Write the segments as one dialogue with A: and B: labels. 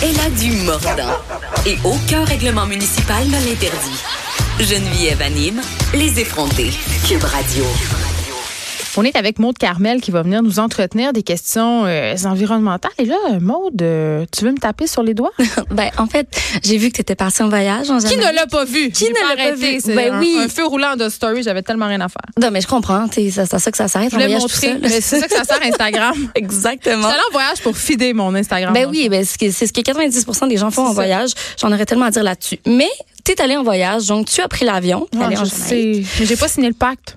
A: pas du mordant. Et aucun règlement municipal ne l'interdit. Geneviève anime les effrontés. Cube Radio.
B: On est avec Maude Carmel qui va venir nous entretenir des questions euh, environnementales. Et là, Maude, euh, tu veux me taper sur les doigts?
C: Ben, en fait, j'ai vu que tu étais partie en voyage. En
B: Qui ne l'a pas vu?
C: Qui
B: J'ai
C: ne l'a pas
B: arrêté.
C: vu?
B: C'est
C: Ben
B: un,
C: oui.
B: un feu roulant de story, j'avais tellement rien à faire.
C: Non, mais je comprends. t'sais, C'est à ça que ça s'arrête.
B: Je
C: un
B: voulais
C: voyage
B: montrer,
C: tout seul.
B: mais c'est ça que ça sert Instagram. Je suis
C: Exactement.
B: allée en voyage pour fider mon Instagram.
C: Ben
B: donc.
C: oui, ben, c'est ce que- c'est ce que 90 des gens font
B: C'est
C: en
B: ça.
C: voyage. J'en aurais tellement à dire là-dessus. Mais tu es allé en voyage, donc tu as pris l'avion. T'es
B: Ah,
C: allé en
B: je
C: Jamaïque.
B: sais. Mais j'ai pas signé le pacte.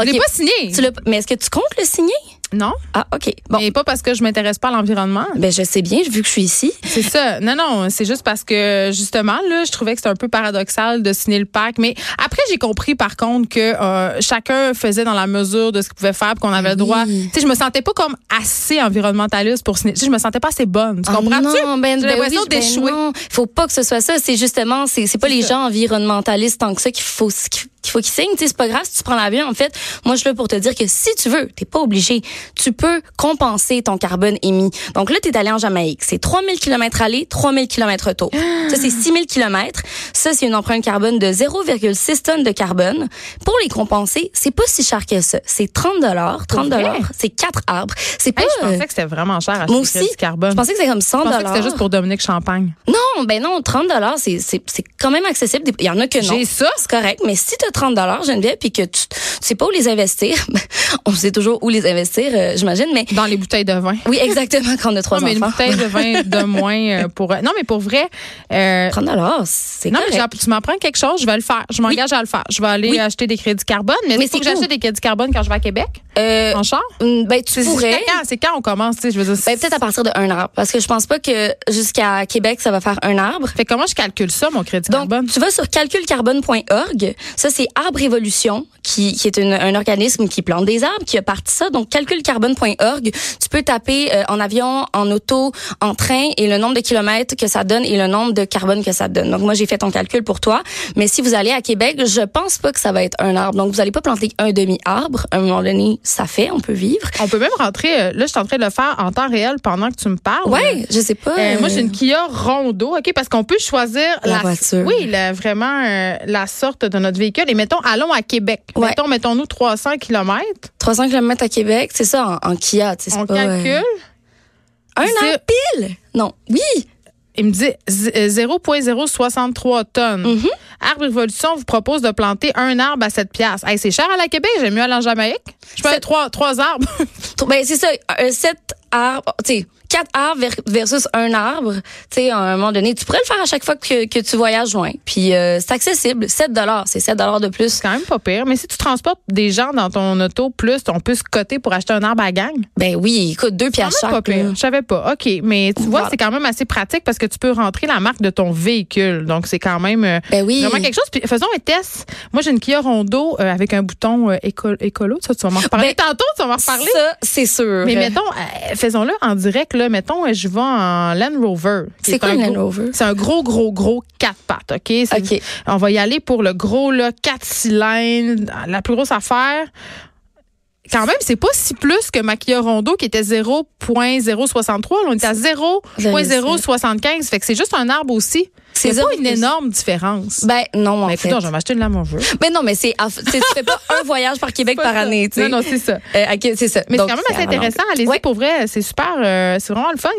C: Ok,
B: Je l'ai pas signé.
C: tu l'as pas- Mais est-ce que tu comptes le signer?
B: Non.
C: Ah, OK. Bon,
B: Mais pas parce que je m'intéresse pas à l'environnement.
C: ben je sais bien, vu que je suis ici.
B: C'est ça. Non, non, c'est juste parce que justement, là, je trouvais que c'était un peu paradoxal de signer le pacte. Mais après, j'ai compris par contre que euh, chacun faisait dans la mesure de ce qu'il pouvait faire, puis qu'on avait le droit. Tu sais, je me sentais pas comme assez environnementaliste pour signer. Tu sais, je me sentais pas assez bonne. Tu
C: Ah
B: comprends-tu?
C: non, ben,
B: J'ai
C: ben
B: l'impression
C: oui, ben
B: d'échouer.
C: non. faut pas que ce soit ça. C'est justement, c'est c'est pas les gens environnementalistes tant que ça qu'il faut qu'il faut qu'ils signent. Tu sais, C'est pas grave si tu prends l'avion. En fait, moi, je suis là pour te dire que si tu veux, t'es pas obligé. Tu peux compenser ton carbone émis. Donc là, t'es allé en Jamaïque. C'est 3000 km aller, 3000 km retour. Ça, c'est 6000 km. Ça, c'est une empreinte carbone de 0,6 tonnes de carbone. Pour les compenser, c'est pas si cher que ça. C'est 30 dollars. 30 dollars, c'est quatre arbres. C'est pas...
B: Hey, je
C: euh,
B: pensais que c'était vraiment cher à
C: moi
B: ce
C: aussi,
B: du carbone.
C: je pensais que c'était comme 100
B: Je pensais que c'était juste pour Dominique Champagne.
C: non, ben non, 30 c'est c'est c'est quand même accessible. Il y en a que non.
B: J'ai ça.
C: C'est correct, mais si tu as 30 Geneviève puis que tu, tu sais pas où les investir, ben, on sait toujours où les investir, euh, j'imagine, mais
B: Dans les bouteilles de vin.
C: oui, exactement quand on a trois
B: Non, mais une
C: enfants.
B: bouteille de vin de moins euh, pour. Non, mais pour vrai. euh,
C: 30 c'est
B: Non,
C: correct.
B: mais j'ai- tu m'apprends quelque chose, je vais le faire. Je m'engage à le faire. Je vais aller
C: Oui.
B: acheter des crédits carbone. Mais,
C: Mais
B: il faut que
C: c'est cool.
B: j'achète des crédits carbone quand je vais à Québec,
C: Euh,
B: en char?
C: hum, ben tu
B: C'est c'est
C: pourrais.
B: quand, c'est quand on commence, tu sais, je veux dire.
C: Ben, peut-être à partir de un arbre parce que je pense pas que jusqu'à Québec ça va faire un arbre.
B: Fait que comment je calcule ça, mon crédit
C: Donc,
B: carbone?
C: tu vas sur calculcarbone.org. Ça, c'est Arbre Évolution, qui, qui est une- un organisme qui plante des arbres, qui a parti ça. Donc, calculcarbone.org. Tu peux taper euh, en avion, en auto, en train, et le nombre de kilomètres que ça donne et le nombre de carbone que ça donne. Donc, moi, j'ai fait ton calcul pour toi. Mais si vous allez à Québec, je pense pas que ça va être un arbre. Donc, vous allez pas planter un demi-arbre. À un moment donné, ça fait, on peut vivre.
B: On peut même rentrer. euh, Là, je suis en train de le faire en temps réel pendant que tu me parles.
C: Ouais, je sais pas.
B: Ah Euh, moi, j'ai
C: euh,
B: une Kia Rondo, OK? Parce qu'on peut choisir
C: La voiture.
B: Oui, la- vraiment euh, la sorte de notre véhicule. Et mettons, allons à Québec.
C: Ouais.
B: Mettons, mettons-nous 300 km.
C: 300 km à Québec, c'est ça, en, en Kia. tu sais, c'est
B: On
C: pas, euh,
B: calcule.
C: Un
B: Zé-
C: arbre pile? Non. Oui.
B: Il me dit z- euh, 0,063 tonnes. Arbre Révolution vous propose de planter un arbre à 7 piastres. Hey, c'est cher à la Québec, j'aime mieux aller en Jamaïque. Je peux
C: C'est-
B: aller trois, trois arbres.
C: Ben, c'est ça, un sept arbres, tu sais, quatre arbres ver- versus un arbre, tu sais, à un moment donné, tu pourrais le faire à chaque fois que, que tu voyages loin. Puis euh, c'est accessible, 7 dollars, c'est 7 dollars de plus.
B: c'est quand même pas pire. Mais si tu transportes des gens dans ton auto, plus on peut se coter pour acheter un arbre à gang.
C: Ben oui, écoute, deux pièces
B: C'est
C: chaque.
B: pas pire.
C: là.
B: Je savais pas. OK, mais tu vois,
C: Voilà.
B: c'est quand même assez pratique parce que tu peux rentrer la marque de ton véhicule. Donc, c'est quand même euh,
C: Ben oui.
B: vraiment quelque chose. Puis, faisons un test. Moi, j'ai une Kia Rondo euh, avec un bouton euh, éco- écolo. Ça, tu vas m'en reparler Ben, tantôt. Tu vas m'en reparler.
C: Ça, c'est sûr.
B: Mais mettons, euh, faisons-le en direct. Là. Mettons, euh, je vais en Land Rover. qui
C: C'est
B: est
C: quoi
B: un
C: une Land
B: gros-
C: Rover?
B: C'est un gros, gros, gros quatre pattes, OK? C'est-
C: OK.
B: On va y aller pour le gros, là, quatre cylindres, la plus grosse affaire. Quand même, c'est pas si plus que ma Kia Rondo qui était 0.063. Là, on est à 0.075. Fait que c'est juste un arbre aussi.
C: C'est
B: C'est pas
C: zéro
B: une
C: plus.
B: énorme différence.
C: ben non, en
B: Mais
C: fait.
B: écoute, je vais m'acheter une lame en veut.
C: Ben non, mais c'est, en fait, tu sais, tu fais pas un voyage par Québec par année, tu sais.
B: Non, non, c'est ça.
C: Euh, ok, c'est ça.
B: Mais c'est
C: Donc,
B: quand même assez
C: à la longue.
B: intéressant. Allez-y,
C: Ouais.
B: pour vrai, c'est super. euh, c'est vraiment le fun,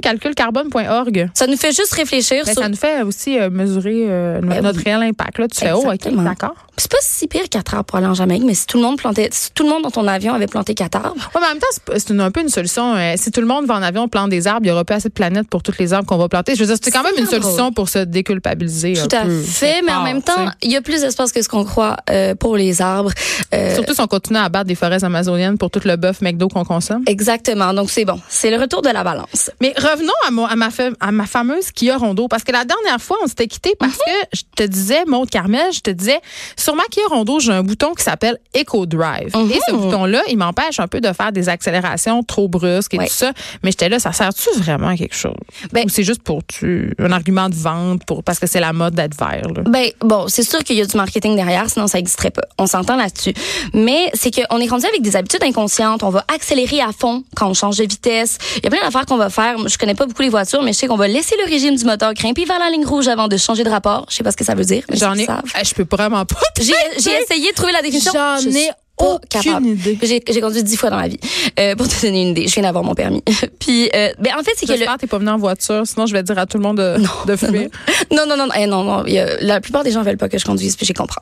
B: calculcarbone.org.
C: Ça nous fait juste réfléchir
B: Ben,
C: sur
B: ça nous fait aussi euh, mesurer euh, no-
C: Ben
B: notre
C: oui.
B: réel impact. Là, tu fais, oh, OK,
C: Exactement.
B: d'accord.
C: C'est pas si pire quatre arbres pour aller en Jamaïque, mais si tout le monde plantait, si tout le monde dans ton avion avait planté quatre arbres,
B: Ouais, mais en même temps, c'est- c'est une- un peu une solution. euh, si tout le monde va en avion, plante des arbres, il n'y aura plus assez de planète pour toutes les arbres qu'on va planter. Je veux dire, c'est quand
C: C'est
B: même une
C: pas drôle.
B: solution pour se déculpabiliser. un
C: tout à
B: peu,
C: fait,
B: quelque
C: mais en
B: part,
C: même
B: tu sais.
C: temps, il y a plus d'espace que ce qu'on croit euh, pour les arbres. Euh,
B: Surtout si on continue à abattre des forêts amazoniennes pour tout le bœuf McDo qu'on consomme.
C: exactement. Donc c'est bon, c'est le retour de la balance.
B: Mais revenons à, mon- à ma, fa- à ma fameuse Kia Rondo. Parce que la dernière fois, on s'était quitté parce
C: Mhm.
B: que je te disais, Maude Carmel, je te disais, sur ma Kia Rondo, j'ai un bouton qui s'appelle Eco Drive. Et
C: Mhm.
B: ce bouton-là, il m'empêche un peu de faire des accélérations trop brusques et
C: Ouais.
B: tout ça. Mais j'étais là, ça sert-tu vraiment à quelque chose?
C: Ben-
B: Ou c'est juste pour tu, un argument de vente pour parce que c'est la mode d'être vert. là.
C: Ben bon, c'est sûr qu'il y a du marketing derrière, sinon ça n'existerait pas. On s'entend là-dessus. Mais c'est qu'on est rendu avec des habitudes inconscientes. On va accélérer à fond quand on change de vitesse. Il y a plein d'affaires qu'on va faire. Je connais pas beaucoup les voitures, mais je sais qu'on va laisser le régime du moteur grimper vers la ligne rouge avant de changer de rapport. Je sais pas ce que ça veut dire. mais
B: J'en
C: ils
B: ai.
C: savent.
B: Eh, Je peux vraiment pas.
C: J'ai j'ai essayé de trouver la définition.
B: J'en
C: Je suis
B: ai
C: pas
B: aucune
C: capable.
B: idée.
C: J'ai j'ai conduit dix fois dans ma vie. Euh, pour te donner une idée, je viens d'avoir mon permis. Puis, euh, ben en fait, c'est que le,
B: J'espère que t'es pas venu en voiture, sinon je vais dire à tout le monde de, de fuir.
C: Non, non, non, non, eh, non, non, il y a- la plupart des gens veulent pas que je conduise, puis j'y comprends.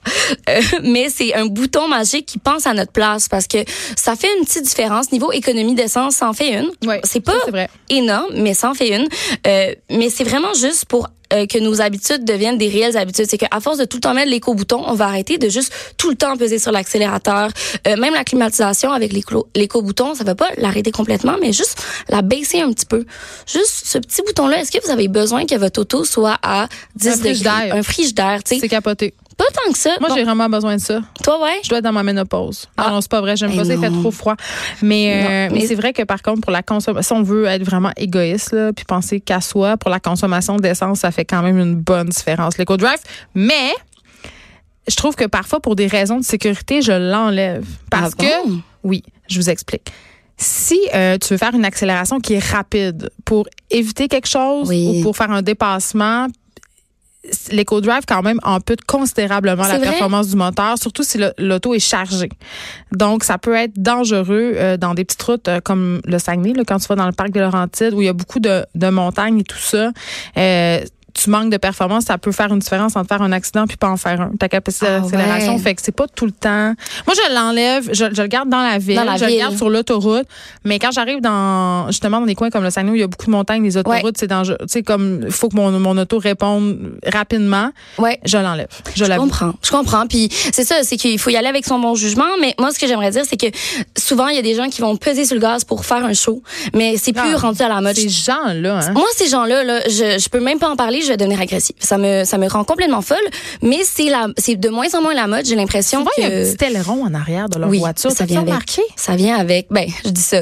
C: Euh, mais c'est un bouton magique qui pense à notre place parce que ça fait une petite différence. Niveau économie d'essence, ça en fait une.
B: Ouais,
C: c'est pas
B: ça, c'est vrai.
C: énorme, mais ça en fait une. Euh, mais c'est vraiment juste pour euh, que nos habitudes deviennent des réelles habitudes. C'est qu'à force de tout le temps mettre l'éco-bouton, on va arrêter de juste tout le temps peser sur l'accélérateur. Euh, même la climatisation avec l'éco- l'éco-bouton, ça va pas l'arrêter complètement, mais juste la baisser un petit peu. Juste ce petit bouton-là, est-ce que vous avez besoin que votre auto soit à 10
B: Un
C: degrés?
B: frigidaire.
C: Un frigidaire, tu
B: C'est
C: sais.
B: capoté.
C: Pas tant que ça.
B: Moi,
C: Bon,
B: j'ai vraiment besoin de ça.
C: toi, ouais?
B: Je dois être dans ma ménopause. Ah, non, c'est pas vrai, j'aime
C: Eh
B: pas ça, il fait
C: non.
B: trop froid. Mais,
C: Non,
B: euh, mais,
C: mais-
B: c'est vrai que par contre, pour la consommation, si on veut être vraiment égoïste, là, puis penser qu'à soi, pour la consommation d'essence, ça fait quand même une bonne différence, l'éco-drive. Mais, je trouve que parfois, pour des raisons de sécurité, je l'enlève. Parce
C: Ah
B: que,
C: bon?
B: oui, je vous explique. Si euh, tu veux faire une accélération qui est rapide pour éviter quelque chose
C: Oui.
B: ou pour faire un dépassement, l'éco-drive quand même ampute considérablement la
C: C'est vrai?
B: performance du moteur, surtout si le- l'auto est chargée. Donc, ça peut être dangereux euh, dans des petites routes euh, comme le Saguenay, là, quand tu vas dans le parc de Laurentides, où il y a beaucoup de, de montagnes et tout ça. Euh, tu manques de performance, ça peut faire une différence entre faire un accident puis pas en faire un. Ta capacité
C: Ah
B: d'accélération
C: ouais.
B: fait que c'est pas tout le temps. Moi, je l'enlève, je, je le garde dans la ville,
C: Dans la
B: je
C: ville.
B: le garde sur l'autoroute, mais quand j'arrive dans justement dans des coins comme le Saguenay où il y a beaucoup de montagnes, les autoroutes,
C: Ouais.
B: c'est dangereux. Tu sais comme il faut que mon, mon auto réponde rapidement.
C: Ouais.
B: Je l'enlève. Je,
C: Je
B: l'avoue.
C: comprends, je comprends. Puis c'est ça, c'est qu'il faut y aller avec son bon jugement. Mais moi, ce que j'aimerais dire, c'est que souvent, il y a des gens qui vont peser sur le gaz pour faire un show, mais c'est plus
B: Ah,
C: rendu à la mode.
B: Ces gens-là, hein.
C: Moi, ces gens-là, là, je, je peux même pas en parler, je vais devenir agressive. Ça me, ça me rend complètement folle, mais c'est la, c'est de moins en moins la mode, j'ai l'impression
B: Souvent,
C: que...
B: il y a un petit aileron en arrière de leur
C: oui,
B: voiture.
C: ça vient avec.
B: marqué.
C: Ça vient avec. Ben, je dis ça.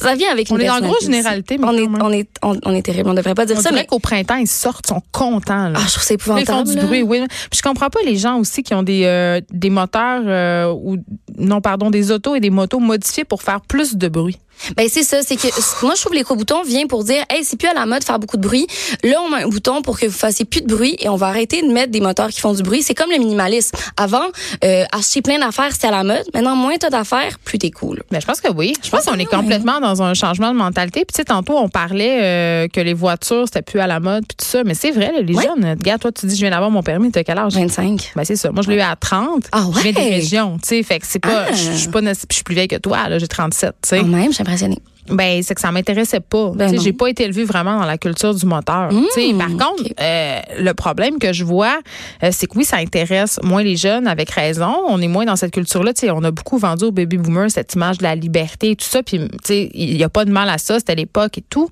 C: Ça vient avec
B: On
C: une
B: est dans
C: personnalité
B: grosse
C: aussi.
B: généralité, mais
C: on est,
B: quand même.
C: on est, on, on est terrible. On devrait pas dire
B: On
C: ça,
B: dirait
C: mais
B: qu'au printemps, ils sortent, ils sont contents. Là.
C: ah, je trouve
B: Là,
C: ça
B: ils font
C: épouvantable.
B: du
C: là.
B: bruit, oui. Puis je comprends pas les gens aussi qui ont des, euh, des moteurs euh, ou non pardon des autos et des motos modifiées pour faire plus de bruit.
C: Ben c'est ça, c'est que moi je trouve l'éco-bouton vient pour dire hey, c'est plus à la mode de faire beaucoup de bruit. Là on met un bouton pour que vous fassiez plus de bruit et on va arrêter de mettre des moteurs qui font du bruit, c'est comme le minimalisme. Avant euh, acheter plein d'affaires, c'était à la mode. Maintenant moins t'as d'affaires, plus t'es cool.
B: Mais Ben, je pense que oui. Je pense
C: pense
B: qu'on
C: que
B: est
C: Ah, oui.
B: complètement dans un changement de mentalité. Puis tu sais, tantôt on parlait euh, que les voitures c'était plus à la mode puis tout ça, mais c'est vrai là, les
C: Ouais.
B: jeunes. euh, Regarde, toi tu dis je viens d'avoir mon permis, t'as quel âge
C: 25.
B: Ben c'est ça. Moi je l'ai eu à 30.
C: Ah
B: Je viens des
C: ouais?
B: régions, tu sais, fait que c'est pas
C: Ah.
B: je je suis pas née- je suis plus vieille que toi là, j'ai 37, tu sais.
C: Quand même, je suis impressionnée.
B: Ben, c'est que ça m'intéressait pas.
C: Ben
B: Tu sais,
C: non. Mmh,
B: j'ai pas été élevée vraiment dans la culture du moteur. Tu sais, par contre, euh, le problème que je vois, euh, c'est que oui, ça intéresse moins les jeunes avec raison. On est moins dans cette culture-là. Tu sais, on a beaucoup vendu aux baby boomers cette image de la liberté et tout ça. Puis, tu sais, il y a pas de mal à ça. C'était l'époque et tout.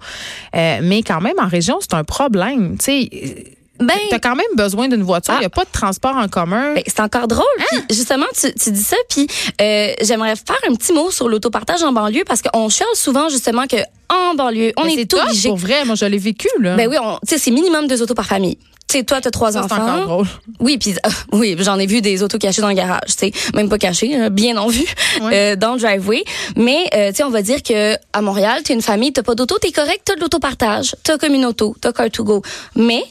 B: Euh, mais quand même, en région, c'est un problème. Tu sais,
C: Ben,
B: t'as quand même besoin d'une voiture. Il y a pas de transport en commun.
C: Ah. ben, c'est encore drôle.
B: Ah!
C: Puis, justement, tu, tu dis ça, puis euh, j'aimerais faire un petit mot sur l'autopartage en banlieue parce qu'on chiale souvent justement que en banlieue, on
B: Mais
C: est
B: c'est tough,
C: obligé.
B: Pour hein. vrai, moi, je l'ai vécu, là.
C: Ben oui, on- tu sais, c'est minimum deux autos par famille. Tu sais, toi, t'as trois
B: Ça, c'est
C: enfants.
B: encore drôle.
C: Oui, puis euh, oui, j'en ai vu des autos cachées dans le garage, tu sais, même pas cachées, euh, bien en vue euh, dans le driveway. Mais euh, tu sais, on va dire que à Montréal, t'es une famille, t'as pas d'auto, t'es correct, t'as de l'autopartage, t'as comme une auto, t'as car to go. Mais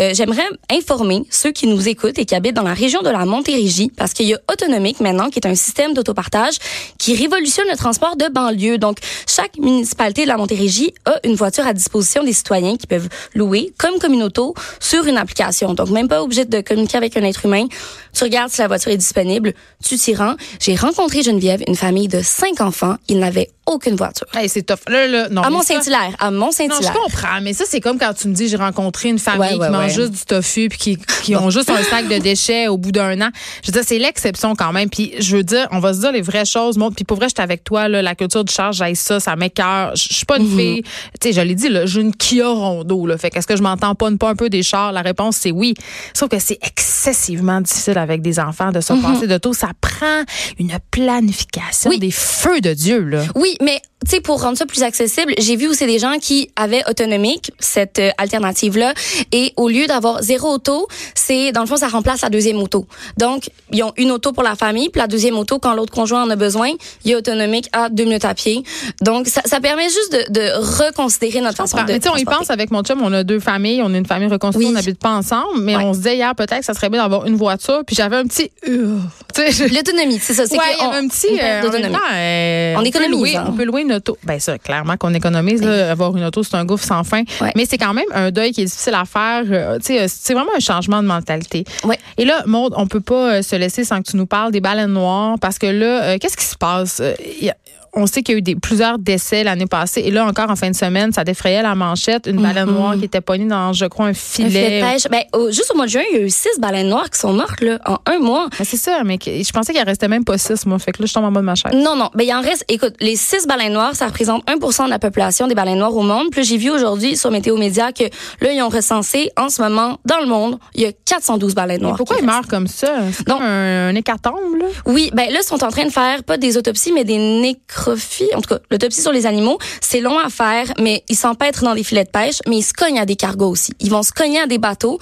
C: euh, j'aimerais informer ceux qui nous écoutent et qui habitent dans la région de la Montérégie, parce qu'il y a Autonomique maintenant, qui est un système d'autopartage qui révolutionne le transport de banlieue. Donc chaque municipalité de la Montérégie a une voiture à disposition des citoyens qui peuvent louer comme communauto sur une application. Donc, même pas obligé de communiquer avec un être humain. Tu regardes si la voiture est disponible, tu t'y rends. J'ai rencontré Geneviève, une famille de cinq enfants. Ils n'avaient aucune voiture.
B: Hey, c'est tough. Là, là, non.
C: À
B: mais ça-
C: Mont-Saint-Hilaire,
B: Non,
C: à
B: je
C: Mont-Saint-Hilaire.
B: comprends, mais ça, c'est comme quand tu me dis j'ai rencontré une famille
C: Ouais, ouais,
B: qui mange
C: ouais.
B: juste du tofu puis qui, qui ont juste un sac de déchets au bout d'un an. Je veux dire, c'est l'exception quand même. Puis je veux dire, on va se dire les vraies choses. Mon- Puis pour vrai, je suis avec toi, là, la culture du charge, j'aille ça, ça m'écœure. Je je suis pas une
C: Mhm.
B: fille. Tu sais, je l'ai dit, là, j'ai une Kia Rondo. Là, fait qu'est-ce que je m'entends pas, pas un peu des chars? La réponse, c'est oui. Sauf que c'est excessivement difficile avec des enfants de se passer de taux. Ça prend une planification
C: Mhm. Oui.
B: des feux de Dieu, là.
C: Oui, mais tu sais, pour rendre ça plus accessible, j'ai vu aussi des gens qui avaient autonomique cette euh, alternative là, et au lieu d'avoir zéro auto, c'est dans le fond ça remplace la deuxième auto. Donc ils ont une auto pour la famille, puis la deuxième auto quand l'autre conjoint en a besoin, il y a autonomique à deux minutes à pied. Donc ça, ça permet juste de, de reconsidérer notre façon de.
B: Mais tu sais, on y
C: transporter.
B: pense avec mon chum, on a deux familles, on a une famille reconstruite,
C: Oui.
B: on n'habite pas ensemble, mais
C: Ouais.
B: on se disait hier peut-être que ça serait bien d'avoir une voiture, puis j'avais un petit. euh, Tu sais, je-
C: L'autonomie, c'est ça. C'est
B: Ouais,
C: que
B: il y avait
C: on-
B: un petit.
C: une
B: euh,
C: perte
B: en même
C: d'autonomie.
B: temps, euh,
C: On
B: peut
C: économise,
B: louer-
C: hein.
B: On peut louer une auto. Ben ça, clairement qu'on économise. là. avoir une auto, c'est un gouffre sans fin.
C: Ouais.
B: Mais c'est quand même un deuil qui est difficile à faire. euh, tu sais, euh, c'est vraiment un changement de mentalité.
C: Ouais.
B: Et là, Maude, on peut pas euh, se laisser sans que tu nous parles des baleines noires parce que là, euh, qu'est-ce qui se passe? Euh, y a- on sait qu'il y a eu des, plusieurs décès l'année passée. Et là, encore en fin de semaine, ça défrayait la manchette. Une baleine noire qui était pognée dans, je crois, un
C: Mm-hmm. Un filet
B: filet.
C: de pêche. Ben, au- juste au mois de juin, il y a eu six baleines noires qui sont mortes là, en un mois.
B: Mais c'est ça, mais que- je pensais qu'il en restait même pas six, moi. Fait que là, je tombe en bas de ma chaise.
C: Non, non. Ben, il en reste. Écoute, les six baleines noires, ça représente 1 de la population des baleines noires au monde. Puis là, j'ai vu aujourd'hui sur Météo Média que là, ils ont recensé en ce moment, dans le monde, il y a 412 baleines
B: Mais
C: noires.
B: pourquoi
C: qui
B: ils meurent comme ça? C'est
C: Non.
B: comme un, un hécatombe, là?
C: Oui, ben là, ils sont en train de faire pas des autopsies, mais des nécrophies. En tout cas, l'autopsie sur les animaux, c'est long à faire, mais ils s'empêtrent dans des filets de pêche, mais ils se cognent à des cargos aussi. Ils vont se cogner à des bateaux.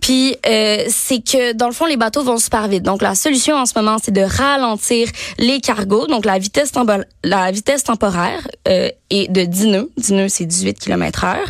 C: Puis euh, c'est que dans le fond, les bateaux vont super vite. Donc la solution en ce moment, c'est de ralentir les cargos, donc la vitesse, tempo- la vitesse temporaire euh, est de 10 nœuds. 10 nœuds, c'est 18 km heure.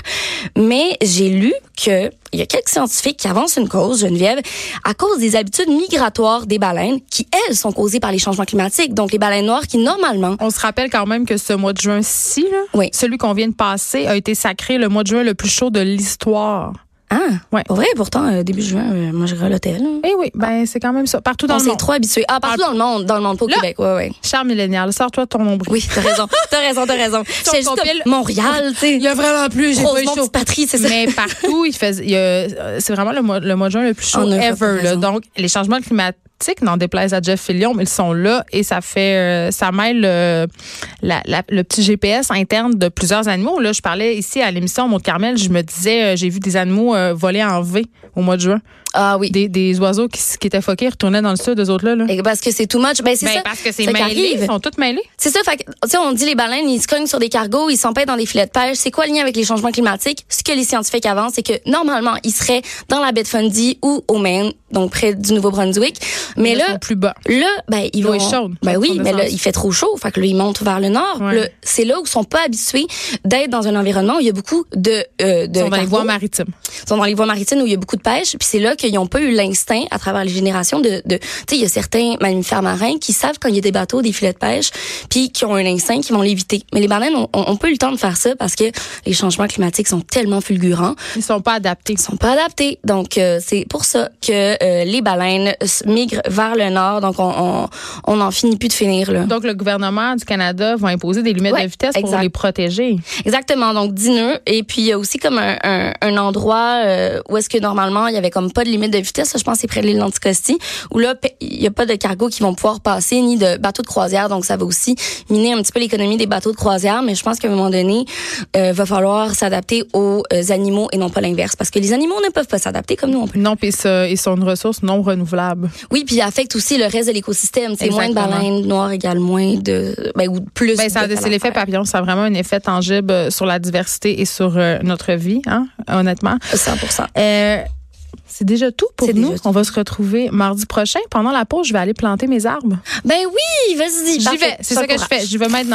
C: Mais j'ai lu que il y a quelques scientifiques qui avancent une cause, Geneviève, à cause des habitudes migratoires des baleines, qui, elles, sont causées par les changements climatiques. Donc, les baleines noires qui, normalement,
B: On se rappelle quand même que ce mois de juin-ci, là,
C: Oui.
B: celui qu'on vient de passer, a été sacré le mois de juin le plus chaud de l'histoire.
C: ah,
B: Ouais.
C: pour vrai, pourtant, euh, début juin, euh, moi, je à l'hôtel.
B: Eh oui, ben c'est quand même ça. Partout dans
C: On
B: le
C: s'est
B: monde.
C: trop habitués. Ah, partout dans le monde, dans le monde, pas au
B: Là-
C: Québec, ouais, ouais.
B: Cher millénial, sors-toi de ton nombril.
C: Oui, t'as raison, t'as raison, t'as raison. C'est juste
B: compile-
C: comme Montréal, tu sais.
B: y a vraiment plus,
C: Rosemont, petite patrie, c'est ça.
B: Mais partout, il fait, il y a- euh, c'est vraiment le mois, le mois de juin le plus chaud
C: En Europe, t'as
B: ever. là.
C: raison.
B: Donc, les changements climatiques, n'en déplaise à Jeff Fillion, mais ils sont là et ça fait, euh, ça mêle euh, la- la- le petit GPS interne de plusieurs animaux. Là, je parlais ici à l'émission Monte Carmel, je me disais, euh, j'ai vu des animaux euh, voler en V au mois de juin.
C: Ah oui.
B: Des, des oiseaux qui, s- qui étaient foqués retournaient dans le sud, eux autres là. là.
C: Et Parce que c'est too much. Ben, c'est
B: Ben,
C: ça.
B: parce que c'est
C: ça qui
B: mêlé,
C: arrive.
B: ils sont tous mêlés.
C: C'est ça, fait que, tu sais, on dit les baleines, ils se cognent sur des cargos, ils s'empêtent dans des filets de pêche. C'est quoi le lien avec les changements climatiques? Ce que les scientifiques avancent, c'est que normalement, ils seraient dans la baie de Fundy ou au Maine, donc près du Nouveau-Brunswick. Mais
B: Ils
C: là,
B: sont plus bas.
C: là, ben, ils
B: L'eau
C: vont.
B: est chaude,
C: Ben
B: donc
C: oui,
B: son
C: mais là,
B: essence.
C: il fait trop chaud. Fait que là, ils montent vers le nord.
B: Ouais.
C: Là, c'est là où ils sont pas habitués d'être dans un environnement où il y a beaucoup de, euh, de
B: Ils sont dans les
C: cargos.
B: voies maritimes.
C: Ils sont dans les voies maritimes où il y a beaucoup de pêche. Puis c'est là qu'ils n'ont pas eu l'instinct à travers les générations de, de tu sais, il y a certains mammifères marins qui savent quand il y a des bateaux, des filets de pêche, puis qui ont un instinct qui vont l'éviter. Mais les baleines, on, on peut eu le temps de faire ça parce que les changements climatiques sont tellement fulgurants,
B: Ils sont pas adaptés.
C: ils sont pas adaptés. Donc euh, c'est pour ça que euh, les baleines s- migrent vers le nord. Donc on on, on en finit plus de finir là.
B: Donc, le gouvernement du Canada va imposer des limites
C: Ouais,
B: de vitesse pour
C: exact.
B: les protéger.
C: Exactement, donc 10 nœuds. Et puis, il y a aussi comme un, un, un endroit euh, où est-ce que normalement, il y avait comme pas de limite de vitesse. Je pense que c'est près de l'île d'Anticosti, où là, pe- il y a pas de cargo qui vont pouvoir passer, ni de bateaux de croisière. Donc, ça va aussi miner un petit peu l'économie des bateaux de croisière. Mais je pense qu'à un moment donné, euh, va falloir s'adapter aux euh, animaux et non pas l'inverse. Parce que les animaux ne peuvent pas s'adapter comme nous, on peut.
B: Non, puis ça- ils sont une ressource non renouvelable.
C: Oui, puis il affecte aussi le reste de l'écosystème. C'est moins de
B: Exactement.
C: baleines noires égale moins de... Ben, ou plus
B: Ben, ça a-
C: de
B: c'est l'effet papillon. Ça a vraiment un effet tangible euh, sur la diversité et sur euh, notre vie, hein, honnêtement.
C: 100
B: Euh, c'est déjà tout pour
C: C'est déjà
B: nous.
C: tout.
B: On va se retrouver mardi prochain. Pendant la pause, je vais aller planter mes arbres.
C: Ben oui, vas-y.
B: J'y
C: parfait.
B: vais. C'est
C: Seul
B: ça que je
C: courage.
B: fais. J'y vais maintenant.